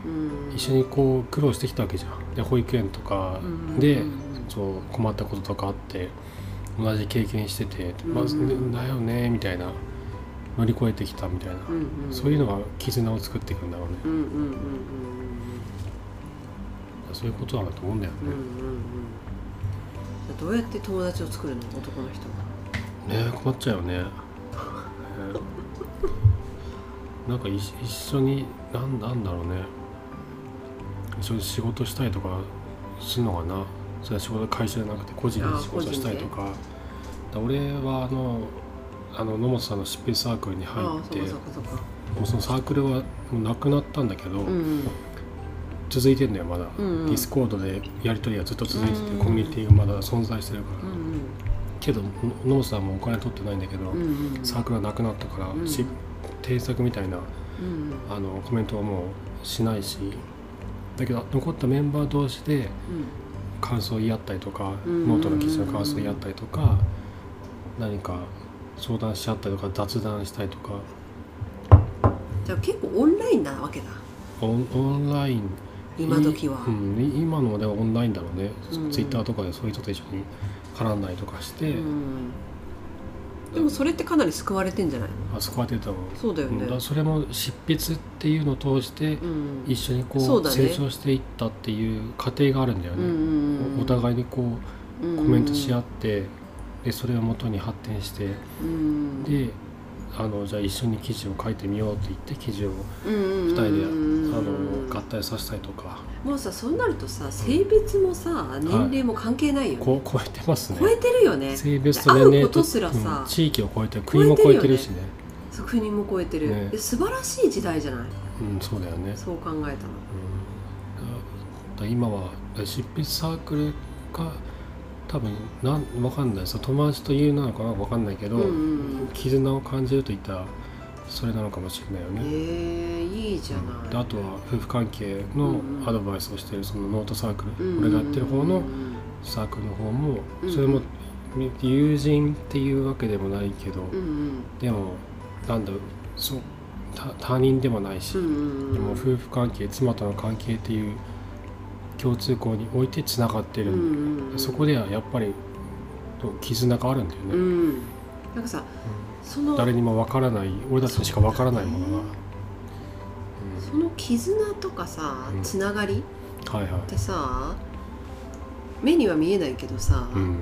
S2: うん
S1: 一緒にこう苦労してきたわけじゃんで保育園とか
S2: うん
S1: で、
S2: うん
S1: そう困ったこととかあって同じ経験してて、
S2: うん
S1: まあ、だよねみたいな乗り越えてきたみたいな、
S2: うんうん、
S1: そういうのが絆を作っていくんだろうね、
S2: うんうんうんうん
S1: そういうことなんだと思うんだよね
S2: うんうんうんうんじゃあどうやって友達を作るの男の人は
S1: ねえ困っちゃうよね ねえなんかい一緒になんなんだろうね一緒に仕事したいとかするのかなそれは仕事会社じゃなくて個人
S2: あ
S1: で
S2: ー
S1: 仕事したいとかだ俺はあのあの野本さんの執筆サークルに入
S2: ああ
S1: っ
S2: そ
S1: て
S2: うかそうかそうか
S1: もうそのサークルはもうなくなったんだけど、
S2: うん
S1: 続いてんだよまだ、
S2: うんうん
S1: ディスコードでやり取りがずっと続いてて、
S2: うん
S1: コミュニティがまだ存在してるから、
S2: うん
S1: けど野本さんもお金取ってないんだけど、
S2: うんうんうん
S1: サークルはなくなったから、
S2: うん
S1: し定作みたいな
S2: うん
S1: あのコメントはもうしないしだけど残ったメンバー同士で感想を言い合ったりとか、
S2: うん
S1: ノートの記事の感想を言い合ったりとか、何か相談し合ったりとか雑談したりとか
S2: うんじゃあ結構オンラインなわけだ
S1: オンオンライン
S2: 今時は、
S1: うん、い今のではオンラインだろうね、
S2: うん
S1: ツイッターとかでそういう人と一緒に絡んだりとかして、
S2: うんでもそれってかなり救われてんじゃないの
S1: あそこは出たわ、
S2: そうだよ
S1: うんだ
S2: ね
S1: からそれも執筆っていうのを通して
S2: うん
S1: 一緒にこ
S2: そううだね
S1: 成長していったっていう過程があるんだよ
S2: うんう
S1: ね、
S2: んうん
S1: おお互いにこう
S2: うん
S1: コメントし合って、でそれを元に発展して
S2: うん
S1: であのじゃあ一緒に記事を書いてみようって言って記事を
S2: 2
S1: 2人で、
S2: で
S1: あの合体させたりとか、
S2: もうさそうなるとさ性別もさ年齢も関係ないよね、
S1: こう超えてますね
S2: 超えてるよね
S1: 性別と年
S2: 会う
S1: 齢、
S2: こととすらさ
S1: うん地域を超えて国も超えてるしね
S2: そう国も超えてる、
S1: ね
S2: で素晴らしい時代じゃない
S1: うん、そうだよね、
S2: そう考えた
S1: う
S2: ら
S1: ん、だだ今はだ執筆サークルか多分なんわかんないさ友達というなのかなわかんないけど、
S2: うんうん
S1: 絆を感じるといったらそれなのかもしれないよ
S2: うん
S1: ね。
S2: えー、いいじゃない、
S1: であとは夫婦関係
S2: うん
S1: の
S2: うん
S1: アドバイスをしているそのノートサークル、
S2: うん
S1: 俺がやってる方
S2: う
S1: の
S2: ん
S1: サークルの方も
S2: うん
S1: それも友人っていうわけでもないけど、
S2: うんうん
S1: でもなんだろうそうた他人でもないし、
S2: うんうん
S1: でも夫婦関係妻との関係っていう共通項においてつながって
S2: う
S1: る、
S2: んうんうん
S1: そこではやっぱりと絆があるんだよね、
S2: う
S1: うん
S2: んなんかさその
S1: 誰にもわからない俺たちにしかわからないものが、
S2: その絆とかさ
S1: うん
S2: つながりっ
S1: うん、はいはい
S2: てさ目には見えないけどさ、
S1: うん、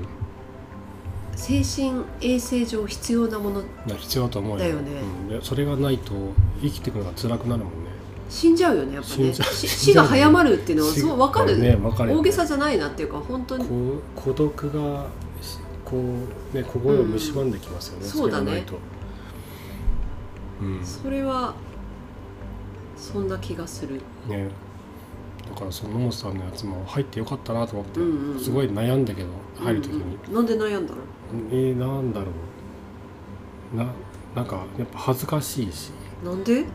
S2: 精神衛生上必要なもの
S1: な必要だと思うよ
S2: だよね
S1: うんで、それがないと生きていくのが辛くなるもんね
S2: 死んじゃうよねやっぱ
S1: 死ん
S2: ね
S1: じゃう
S2: し死が早まるっていうのは
S1: 死
S2: そう分かる、
S1: ねわかる
S2: 大げさじゃないなっていうか本当に
S1: こう孤独がしこうね心を蝕んできますよね、
S2: うん
S1: れがないとうん
S2: それはそんな気がする、
S1: ねだからその野本さんのやつも入ってよかったなと思って、
S2: うんうんうん
S1: すごい悩んだけど入る時に、
S2: うんなんで悩んだの
S1: えー、なんだろうななんかやっぱ恥ずかしいし
S2: なん
S1: な
S2: で
S1: ん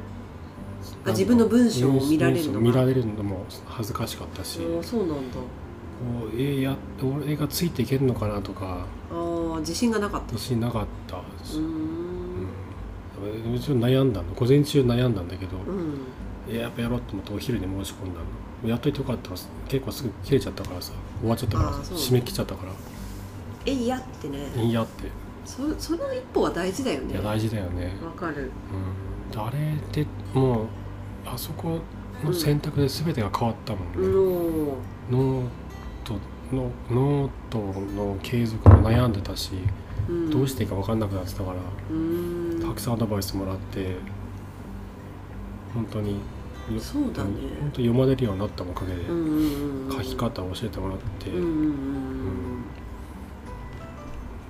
S2: あ
S1: か
S2: 自分の文章を見られる
S1: 文章
S2: の
S1: 見
S2: が
S1: られるのも恥ずかしかったし、
S2: ああそうなんだ
S1: こうえー、や俺がついていけるのかなとか
S2: ああ自信がなかったう
S1: 自信なかったし
S2: ー
S1: うん
S2: ん
S1: 俺ちょっと悩んだの午前中悩んだんだけど、
S2: うん
S1: えーやっぱやろうと思ってお昼に申し込んだのやっといてよかったわ結構すぐ切れちゃったからさ終わっちゃったから
S2: あー
S1: さ
S2: そう
S1: 締め切っちゃったから
S2: えいやってね
S1: いいやって
S2: そその一歩は大事だよ
S1: い
S2: ね
S1: や
S2: わ
S1: 大事だよね、
S2: かる
S1: うん、であれでもうあそこの選択で全てが変わったもんね、
S2: もう
S1: ノートのノートの継続も悩んでたし、
S2: うん
S1: どうしていいか分かんなくなってたから、
S2: うーん
S1: たくさんアドバイスもらって本当によ
S2: そう
S1: 本当
S2: だね
S1: に読まれるようになったおかげで、
S2: うんうんうん
S1: 書き方を教えてもらって、
S2: うんうんうん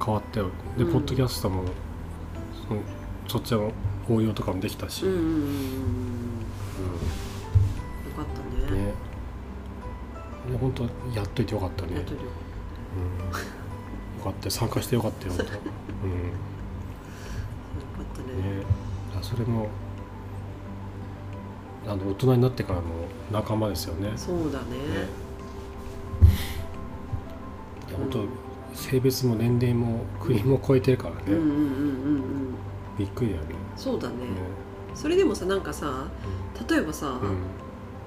S1: 変わったよで、
S2: うん
S1: ポッドキャストもそのそっちの応用とかもできたし、
S2: うんうんうん
S1: う
S2: う
S1: ん
S2: んよかったね
S1: ねで本当やっといてよかったね、うん、
S2: やっ
S1: よ
S2: とるよ
S1: かった参加してよかったよ 本当、うん
S2: よかったね
S1: ね、あそれもあの大人になってからの仲間ですよね。
S2: そうだね
S1: ねいや本当性別も年齢も国も超えてるからね、
S2: うんうんうんうんうん
S1: びっくりだよね。
S2: そうだね、
S1: ね
S2: それでもさなんかさ例えばさ、
S1: う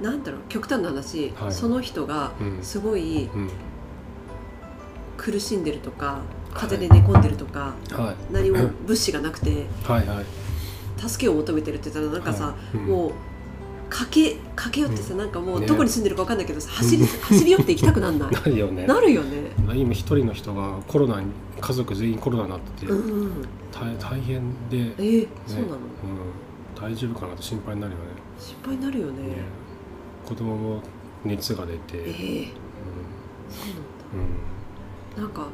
S1: ん
S2: なんだろう極端な話、
S1: はい
S2: その人が
S1: うん
S2: すごい
S1: うん
S2: 苦しんでるとか、風邪で寝込んでるとか、
S1: はい
S2: 何も物資がなくて
S1: はいはい
S2: 助けを求めてるって言ったらなんかさ、
S1: はいうん
S2: もう駆け駆け寄ってさなんかもう
S1: ね
S2: どこに住んでるか分かんないけどさ、走り走り寄って行きたくなんない
S1: なるよね
S2: なるよね。
S1: 今一人の人がコロナに家族全員コロナになってて、
S2: うん、
S1: 大大変で、
S2: え
S1: ね
S2: ーそうなの
S1: うん、大丈夫かなって心配になるよね
S2: 心配になるよね。
S1: ね子供も熱が出
S2: え
S1: て、
S2: ーそうなんだ
S1: うんうん
S2: なんか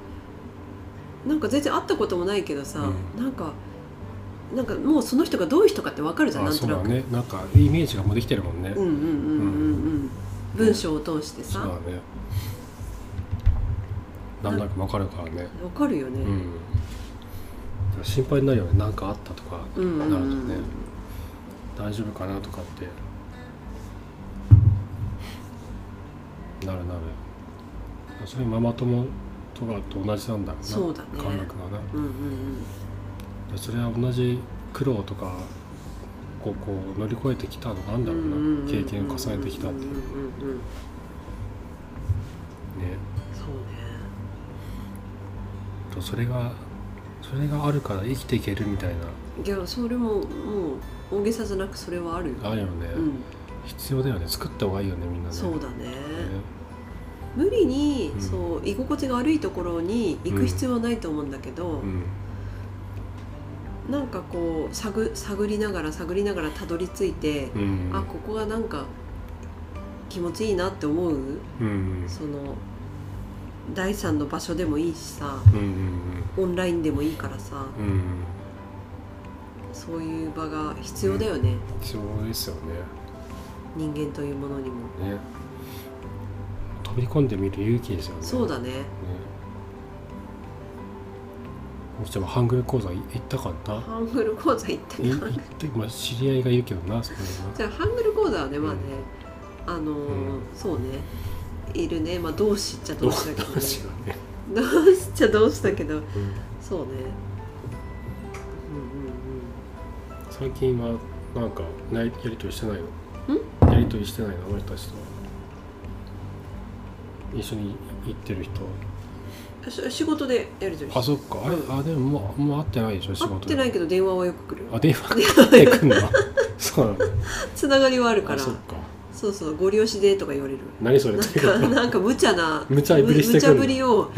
S2: なんか全然会ったこともないけどさ、
S1: う
S2: なんかなんかもうその人がどういう人かってわかるじゃん
S1: あ
S2: なん
S1: そ
S2: と
S1: う
S2: な
S1: だ
S2: く
S1: ねなんかイメージがもうできてるもんね、
S2: うんうんうんうんうん文章を通して
S1: そう
S2: さ
S1: だ
S2: わ
S1: ねなんだかわかるからね
S2: かるよ
S1: う
S2: ね、
S1: ん心配になるよね何かあったとか
S2: うんうんう
S1: なんるとね、大丈夫かなとかってなるなるそういうママ友とかと同じなんだろうな
S2: そうだね
S1: 感覚がな
S2: うんうん
S1: でそれは同じ苦労とかこうこう乗り越えてきたのなんだろうな、
S2: うん
S1: 経験を重ねてきたっていうね
S2: うんうんうんうんそうね
S1: とそれがそれがあるから生きていけるみたい
S2: いやそれももう大げさじゃなくそれはあるよ、
S1: なあるよね、
S2: うん、
S1: 必要だよね作った方がいいよねみんなね
S2: そうだね
S1: ね
S2: 無理に、
S1: うん
S2: そう居心地が悪いところに行く必要はないと思うんだけど、
S1: うん
S2: なんかこう探探りながら探りながらたどり着いて、
S1: うん
S2: あここがなんか気持ちいいなって思う
S1: うんうん
S2: その第三の場所でもいいしさ
S1: うんうん
S2: オンラインでもいいからさ
S1: うんうん
S2: そういう場が必要だよね、
S1: 必要ですよね
S2: 人間というものにも
S1: ね飛び込んでみる勇気ですよね
S2: そう
S1: だ
S2: だね
S1: ねもちろんハングル講座い行ったかな
S2: ハングル講座行って
S1: い
S2: な
S1: 行って、まあ、知り合いがいるけどなそこに
S2: じゃあハングル講座はねまあね、あのー
S1: うん
S2: そうねいるねまあ同志っちゃ同
S1: は
S2: 志だけど、
S1: どうし
S2: ね、
S1: ようね、
S2: 同志っちゃ同志だけど
S1: うん
S2: そうねうんうんうん
S1: 最近はなんかないやりとりしてないのやりとりしてないのあの人たちとは一緒に行ってる人
S2: し仕事でやり取り
S1: あ
S2: し
S1: そっかあれあでももうもう会ってないでしょ仕
S2: 会っ
S1: 事で
S2: てないけど電話はよく来る
S1: あ電話かかってくん だそうなんだ
S2: つながりはあるか
S1: あ
S2: ら
S1: そっ
S2: そ
S1: か
S2: うそうご利用しでとか言 われる
S1: 何それ
S2: なんかなんか無茶な
S1: 無茶ぶりしてくる
S2: 無無茶ぶりを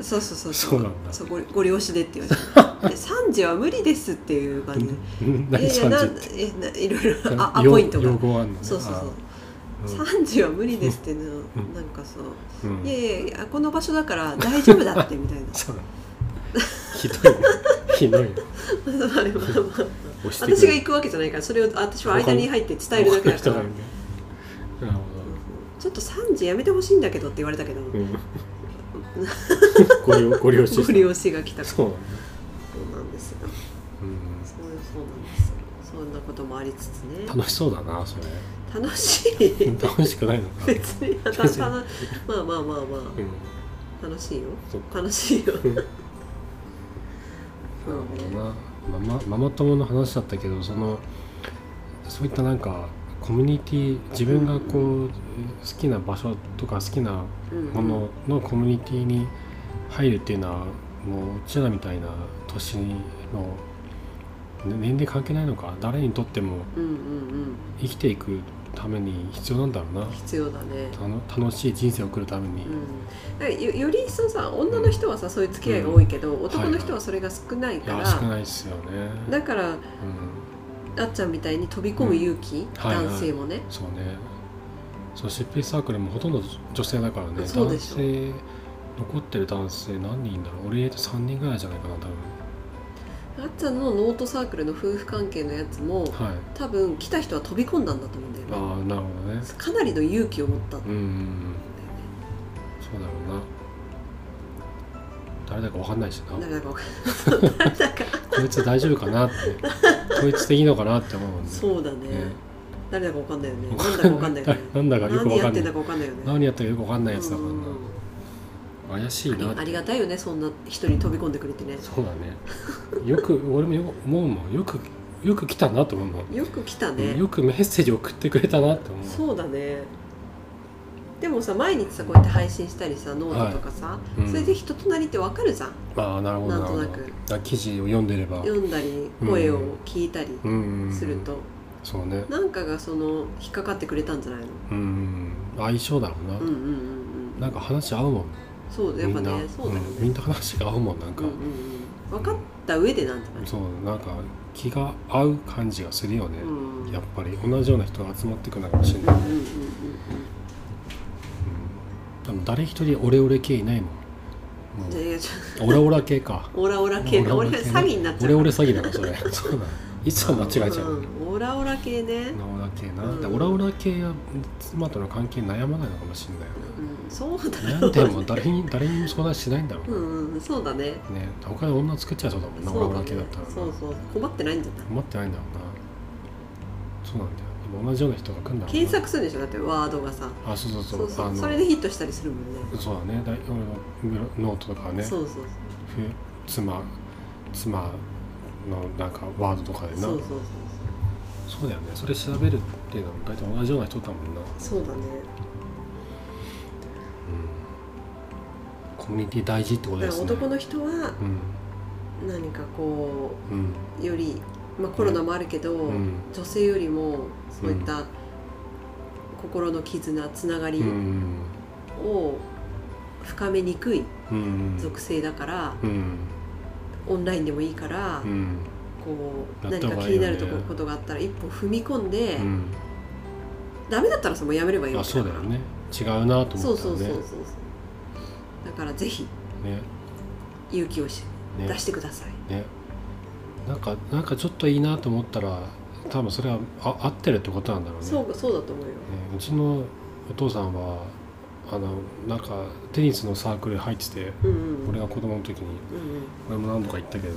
S2: そうそうそう
S1: そうなんだ
S2: そうごご利用しでって言わ れるで3時は無理ですっていう感じで
S1: 何
S2: いやいや
S1: 三
S2: な
S1: 時
S2: ん
S1: って
S2: えないろいろあ
S1: な
S2: ア
S1: 用
S2: ポイント
S1: 用
S2: が
S1: 語あんのね
S2: そうそうそう
S1: あ
S2: 3時は無理ですっていうの
S1: ん
S2: なんかそう
S1: ーうんうん
S2: いやいやいやこの場所だから大丈夫だってみたいな
S1: そうなんだひどい ねひどいね
S2: まあまあまあ
S1: 押してくる
S2: 私が行くわけじゃないからそれを私は間に入って伝えるだ
S1: 他
S2: けだから
S1: の人がいるねなるほ
S2: ちょっと3時やめてほしいんだけどって言われたけど、
S1: どうんご利用ご利用し
S2: ご利用しが来た
S1: そうなんだ
S2: そうなんですよ
S1: うん
S2: そうそうなんですよそんなこともありつつね
S1: 楽しそうだなそれ
S2: 楽しい
S1: 楽しくないのかな
S2: 別にたたたまあまあまあま
S1: うん
S2: あ楽しいよ
S1: そっか
S2: 楽しいよ
S1: んなるほどなママママ友の話だったけどそのそういったなんかコミュニティ自分がこう、好きな場所とか好きなもののコミュニティに入るっていうのはもううちらみたいな年のね年齢関係ないのか誰にとっても
S2: うんうんうん
S1: 生きていくために必要なんだろうな
S2: 必要だね
S1: たの楽しい人生を送るために、
S2: うん、だからよより一層さ女の人はさそういう付き合いが多いけど、男の人はそれが少ない
S1: い
S2: から、
S1: や少ないですよね、
S2: だから
S1: うん、
S2: あっちゃんみたいに飛び込む勇気、
S1: はいはい
S2: 男性もね
S1: そうねその執筆サークルもほとんど女性だからね
S2: そう
S1: 男
S2: でしょ
S1: 性残ってる男性何人いんだろう俺入れて3人ぐらいじゃないかな多
S2: あっちゃんのノートサークルの夫婦関係のやつも
S1: 分はい
S2: 多分来た人は飛び込んだんだと思うんだよね
S1: ああなるほどね
S2: かなりの勇気を持ったんだ
S1: う
S2: よね
S1: んそうだろうな誰だか分かんないしな
S2: 誰だかわかんない誰だか
S1: こいつ大丈夫かなって こいつでいいのかなって思うもんね
S2: そうだね
S1: ね
S2: 誰だかわかんないよね何だかわかんないよね
S1: なんだかよく
S2: 何
S1: 分
S2: や
S1: か
S2: って
S1: ん
S2: ん
S1: な
S2: だ
S1: い
S2: かわかんないよね
S1: 何やったかよく分かんないやつだか
S2: うん
S1: らな怪しいなっ
S2: ありあ
S1: て
S2: りがたいよねそんな人に飛び込んでくれてね
S1: そうだねよく俺もよく思うもんよくよく来たなと思うもん
S2: よく来たね
S1: よくメッセージ送ってくれたなって思う
S2: そうだねでもさ毎日さこうやって配信したりさノートとかさ、
S1: うん
S2: それで人となりってわかるじゃん
S1: ああなるほど
S2: なんとなく
S1: るほどあ記事を読んでれば
S2: 読んだり声を聞いたり
S1: うんうんうん
S2: すると、
S1: そうね
S2: なんかがその引っかかってくれたんじゃないの
S1: うん相性だろうな、
S2: うんうんうんうん
S1: なんか話合うもん
S2: そうだやっ
S1: み
S2: ぱ
S1: んな、
S2: ねそうだよね、
S1: ん、みんな話が合うもんなんか、
S2: うんうんうん、分かった上でなんじゃない
S1: そうなんか気が合う感じがするよね、
S2: うん
S1: やっぱり同じような人が集まってくるのかもしれ
S2: う
S1: ない、
S2: んうんうんうん
S1: でも誰一人オレオレ系いないもんも
S2: うんじゃあいやちょ
S1: うオラオラ系か
S2: オラオラ系か
S1: オラ
S2: 俺
S1: オラ系ね
S2: 詐欺になっち
S1: オ
S2: ゃう
S1: レオレ詐欺だなそれ そうだいつも間違えちゃう、
S2: んオラオラ系ね、
S1: オラオラ系な、
S2: うん
S1: でオラオラ系は妻との関係に悩まないのかもしれないよね
S2: うん、そうだ
S1: 悩んでも誰に誰にも相談しないんだろう
S2: う
S1: ね,、
S2: んうんそうだね
S1: ね他で女作っちゃいそうだもんなオラ
S2: そう
S1: オ
S2: だ
S1: ラ
S2: ね
S1: 系だったらな
S2: そうそう困ってないんじゃない
S1: 思ってないんだろうなそうなんだよでも同じような人が来るんだろうな
S2: 検索するんでしょだってワードがさ
S1: あそうそうそ
S2: そううそ
S1: あ
S2: う
S1: の
S2: それでヒットしたりするもんね
S1: そうだねだい俺のノートとかはね
S2: そうそう
S1: ふ妻妻のなんかワードとかでな
S2: そ
S1: そう
S2: そう
S1: う
S2: そう
S1: だよねそれ調べるっていうのは大体同じような人だもんな、うん、
S2: そうそうだね
S1: コミュニティ大事ってことで
S2: だから
S1: すね
S2: 男の人は
S1: うん
S2: 何かこ
S1: うん
S2: うより、まあ、コロナもあるけど、
S1: うん
S2: 女性よりもそういった心の絆つながり
S1: うん
S2: を深めにくい
S1: うん
S2: 属性だから、
S1: うん
S2: オンラインでもいいから、
S1: うん
S2: こう
S1: やった
S2: 何
S1: 方
S2: か
S1: が
S2: 気
S1: いい
S2: に
S1: よね
S2: なるとこことがあったら一歩踏み込んで、
S1: うん
S2: ダメだったらさもうやめればいい
S1: あ
S2: わけ
S1: そ
S2: だ
S1: う
S2: か
S1: だ
S2: ら
S1: よね違うなと
S2: そ
S1: 思
S2: う
S1: った
S2: そ
S1: ら
S2: うそ
S1: ね
S2: うそうそうだからぜひ
S1: ね
S2: 勇気をし
S1: ね
S2: 出してください、
S1: ねなんかなんかちょっといいなと思ったら多分それはあ合ってるってことなんだろうね
S2: そうそうだと思うよ
S1: ねうちのお父さんはあのなんかテニスのサークル入ってて
S2: うんうん
S1: 俺が子供の時に
S2: うんうん
S1: 俺も何度か行ったけど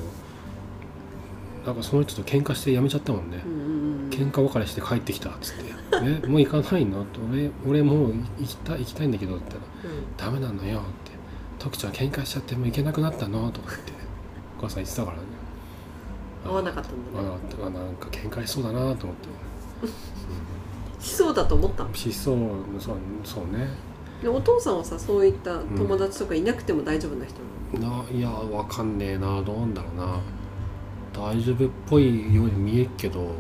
S1: なんかその人と喧嘩して辞めちゃったもんね、
S2: うんうんうん
S1: 喧嘩別れして帰ってきたっつって「ね、もう行かないの?」って「俺俺もう行きたい行きたいんだけど」って言ったら「ダメなのよ」って「徳ちゃん喧嘩しちゃってもう行けなくなったの?」とか言ってお母さん言ってたからね
S2: うん合わなかったん
S1: あ
S2: だね
S1: あなんか喧嘩しそうだなと思って
S2: しそうだと思ったの
S1: しそうそうそうね
S2: でお父さんはさそういった友達とかいなくても大丈夫な人なの、
S1: ないやわかんねえなどうなんだろうな大丈夫っぽいように見えっけど
S2: うんうんう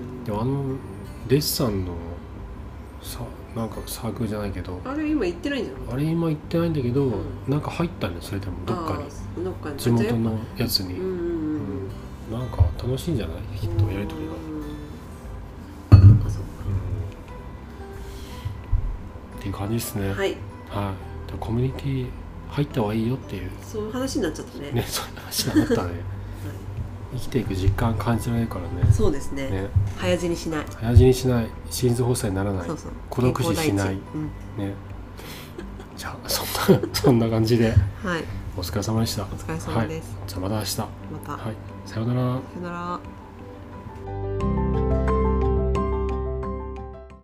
S2: ん
S1: でもあのデッサンのさなんかサークルじゃないけど
S2: あれ今行ってないんじゃない
S1: あれ今行ってないんだけど、
S2: うん
S1: なんか入ったんだよそれでもどっかに
S2: にどっかに
S1: 地元のやつ
S2: うん
S1: に、
S2: うんうん
S1: なんか楽しいんじゃないき
S2: う
S1: っ
S2: ん
S1: とやりとりが、
S2: うんあそっ
S1: うんっていう感じですね
S2: か
S1: はい、
S2: はい
S1: でコミュニティ入った方がいいよっていう
S2: そういう話になっちゃったね
S1: ねそういう話になった ね生きていく実感感じられるからね
S2: そうですね
S1: ね
S2: 早死にしない、
S1: 早死にしない心臓発作にならない
S2: そうそう
S1: 孤独死しない
S2: 健康第一
S1: ねじゃあそんなそんな感じで
S2: うん、はい
S1: お疲れ様でしたお
S2: お疲れ様です、
S1: はい、じゃあまた明日
S2: また、
S1: はいさようなら
S2: さよなら
S1: 「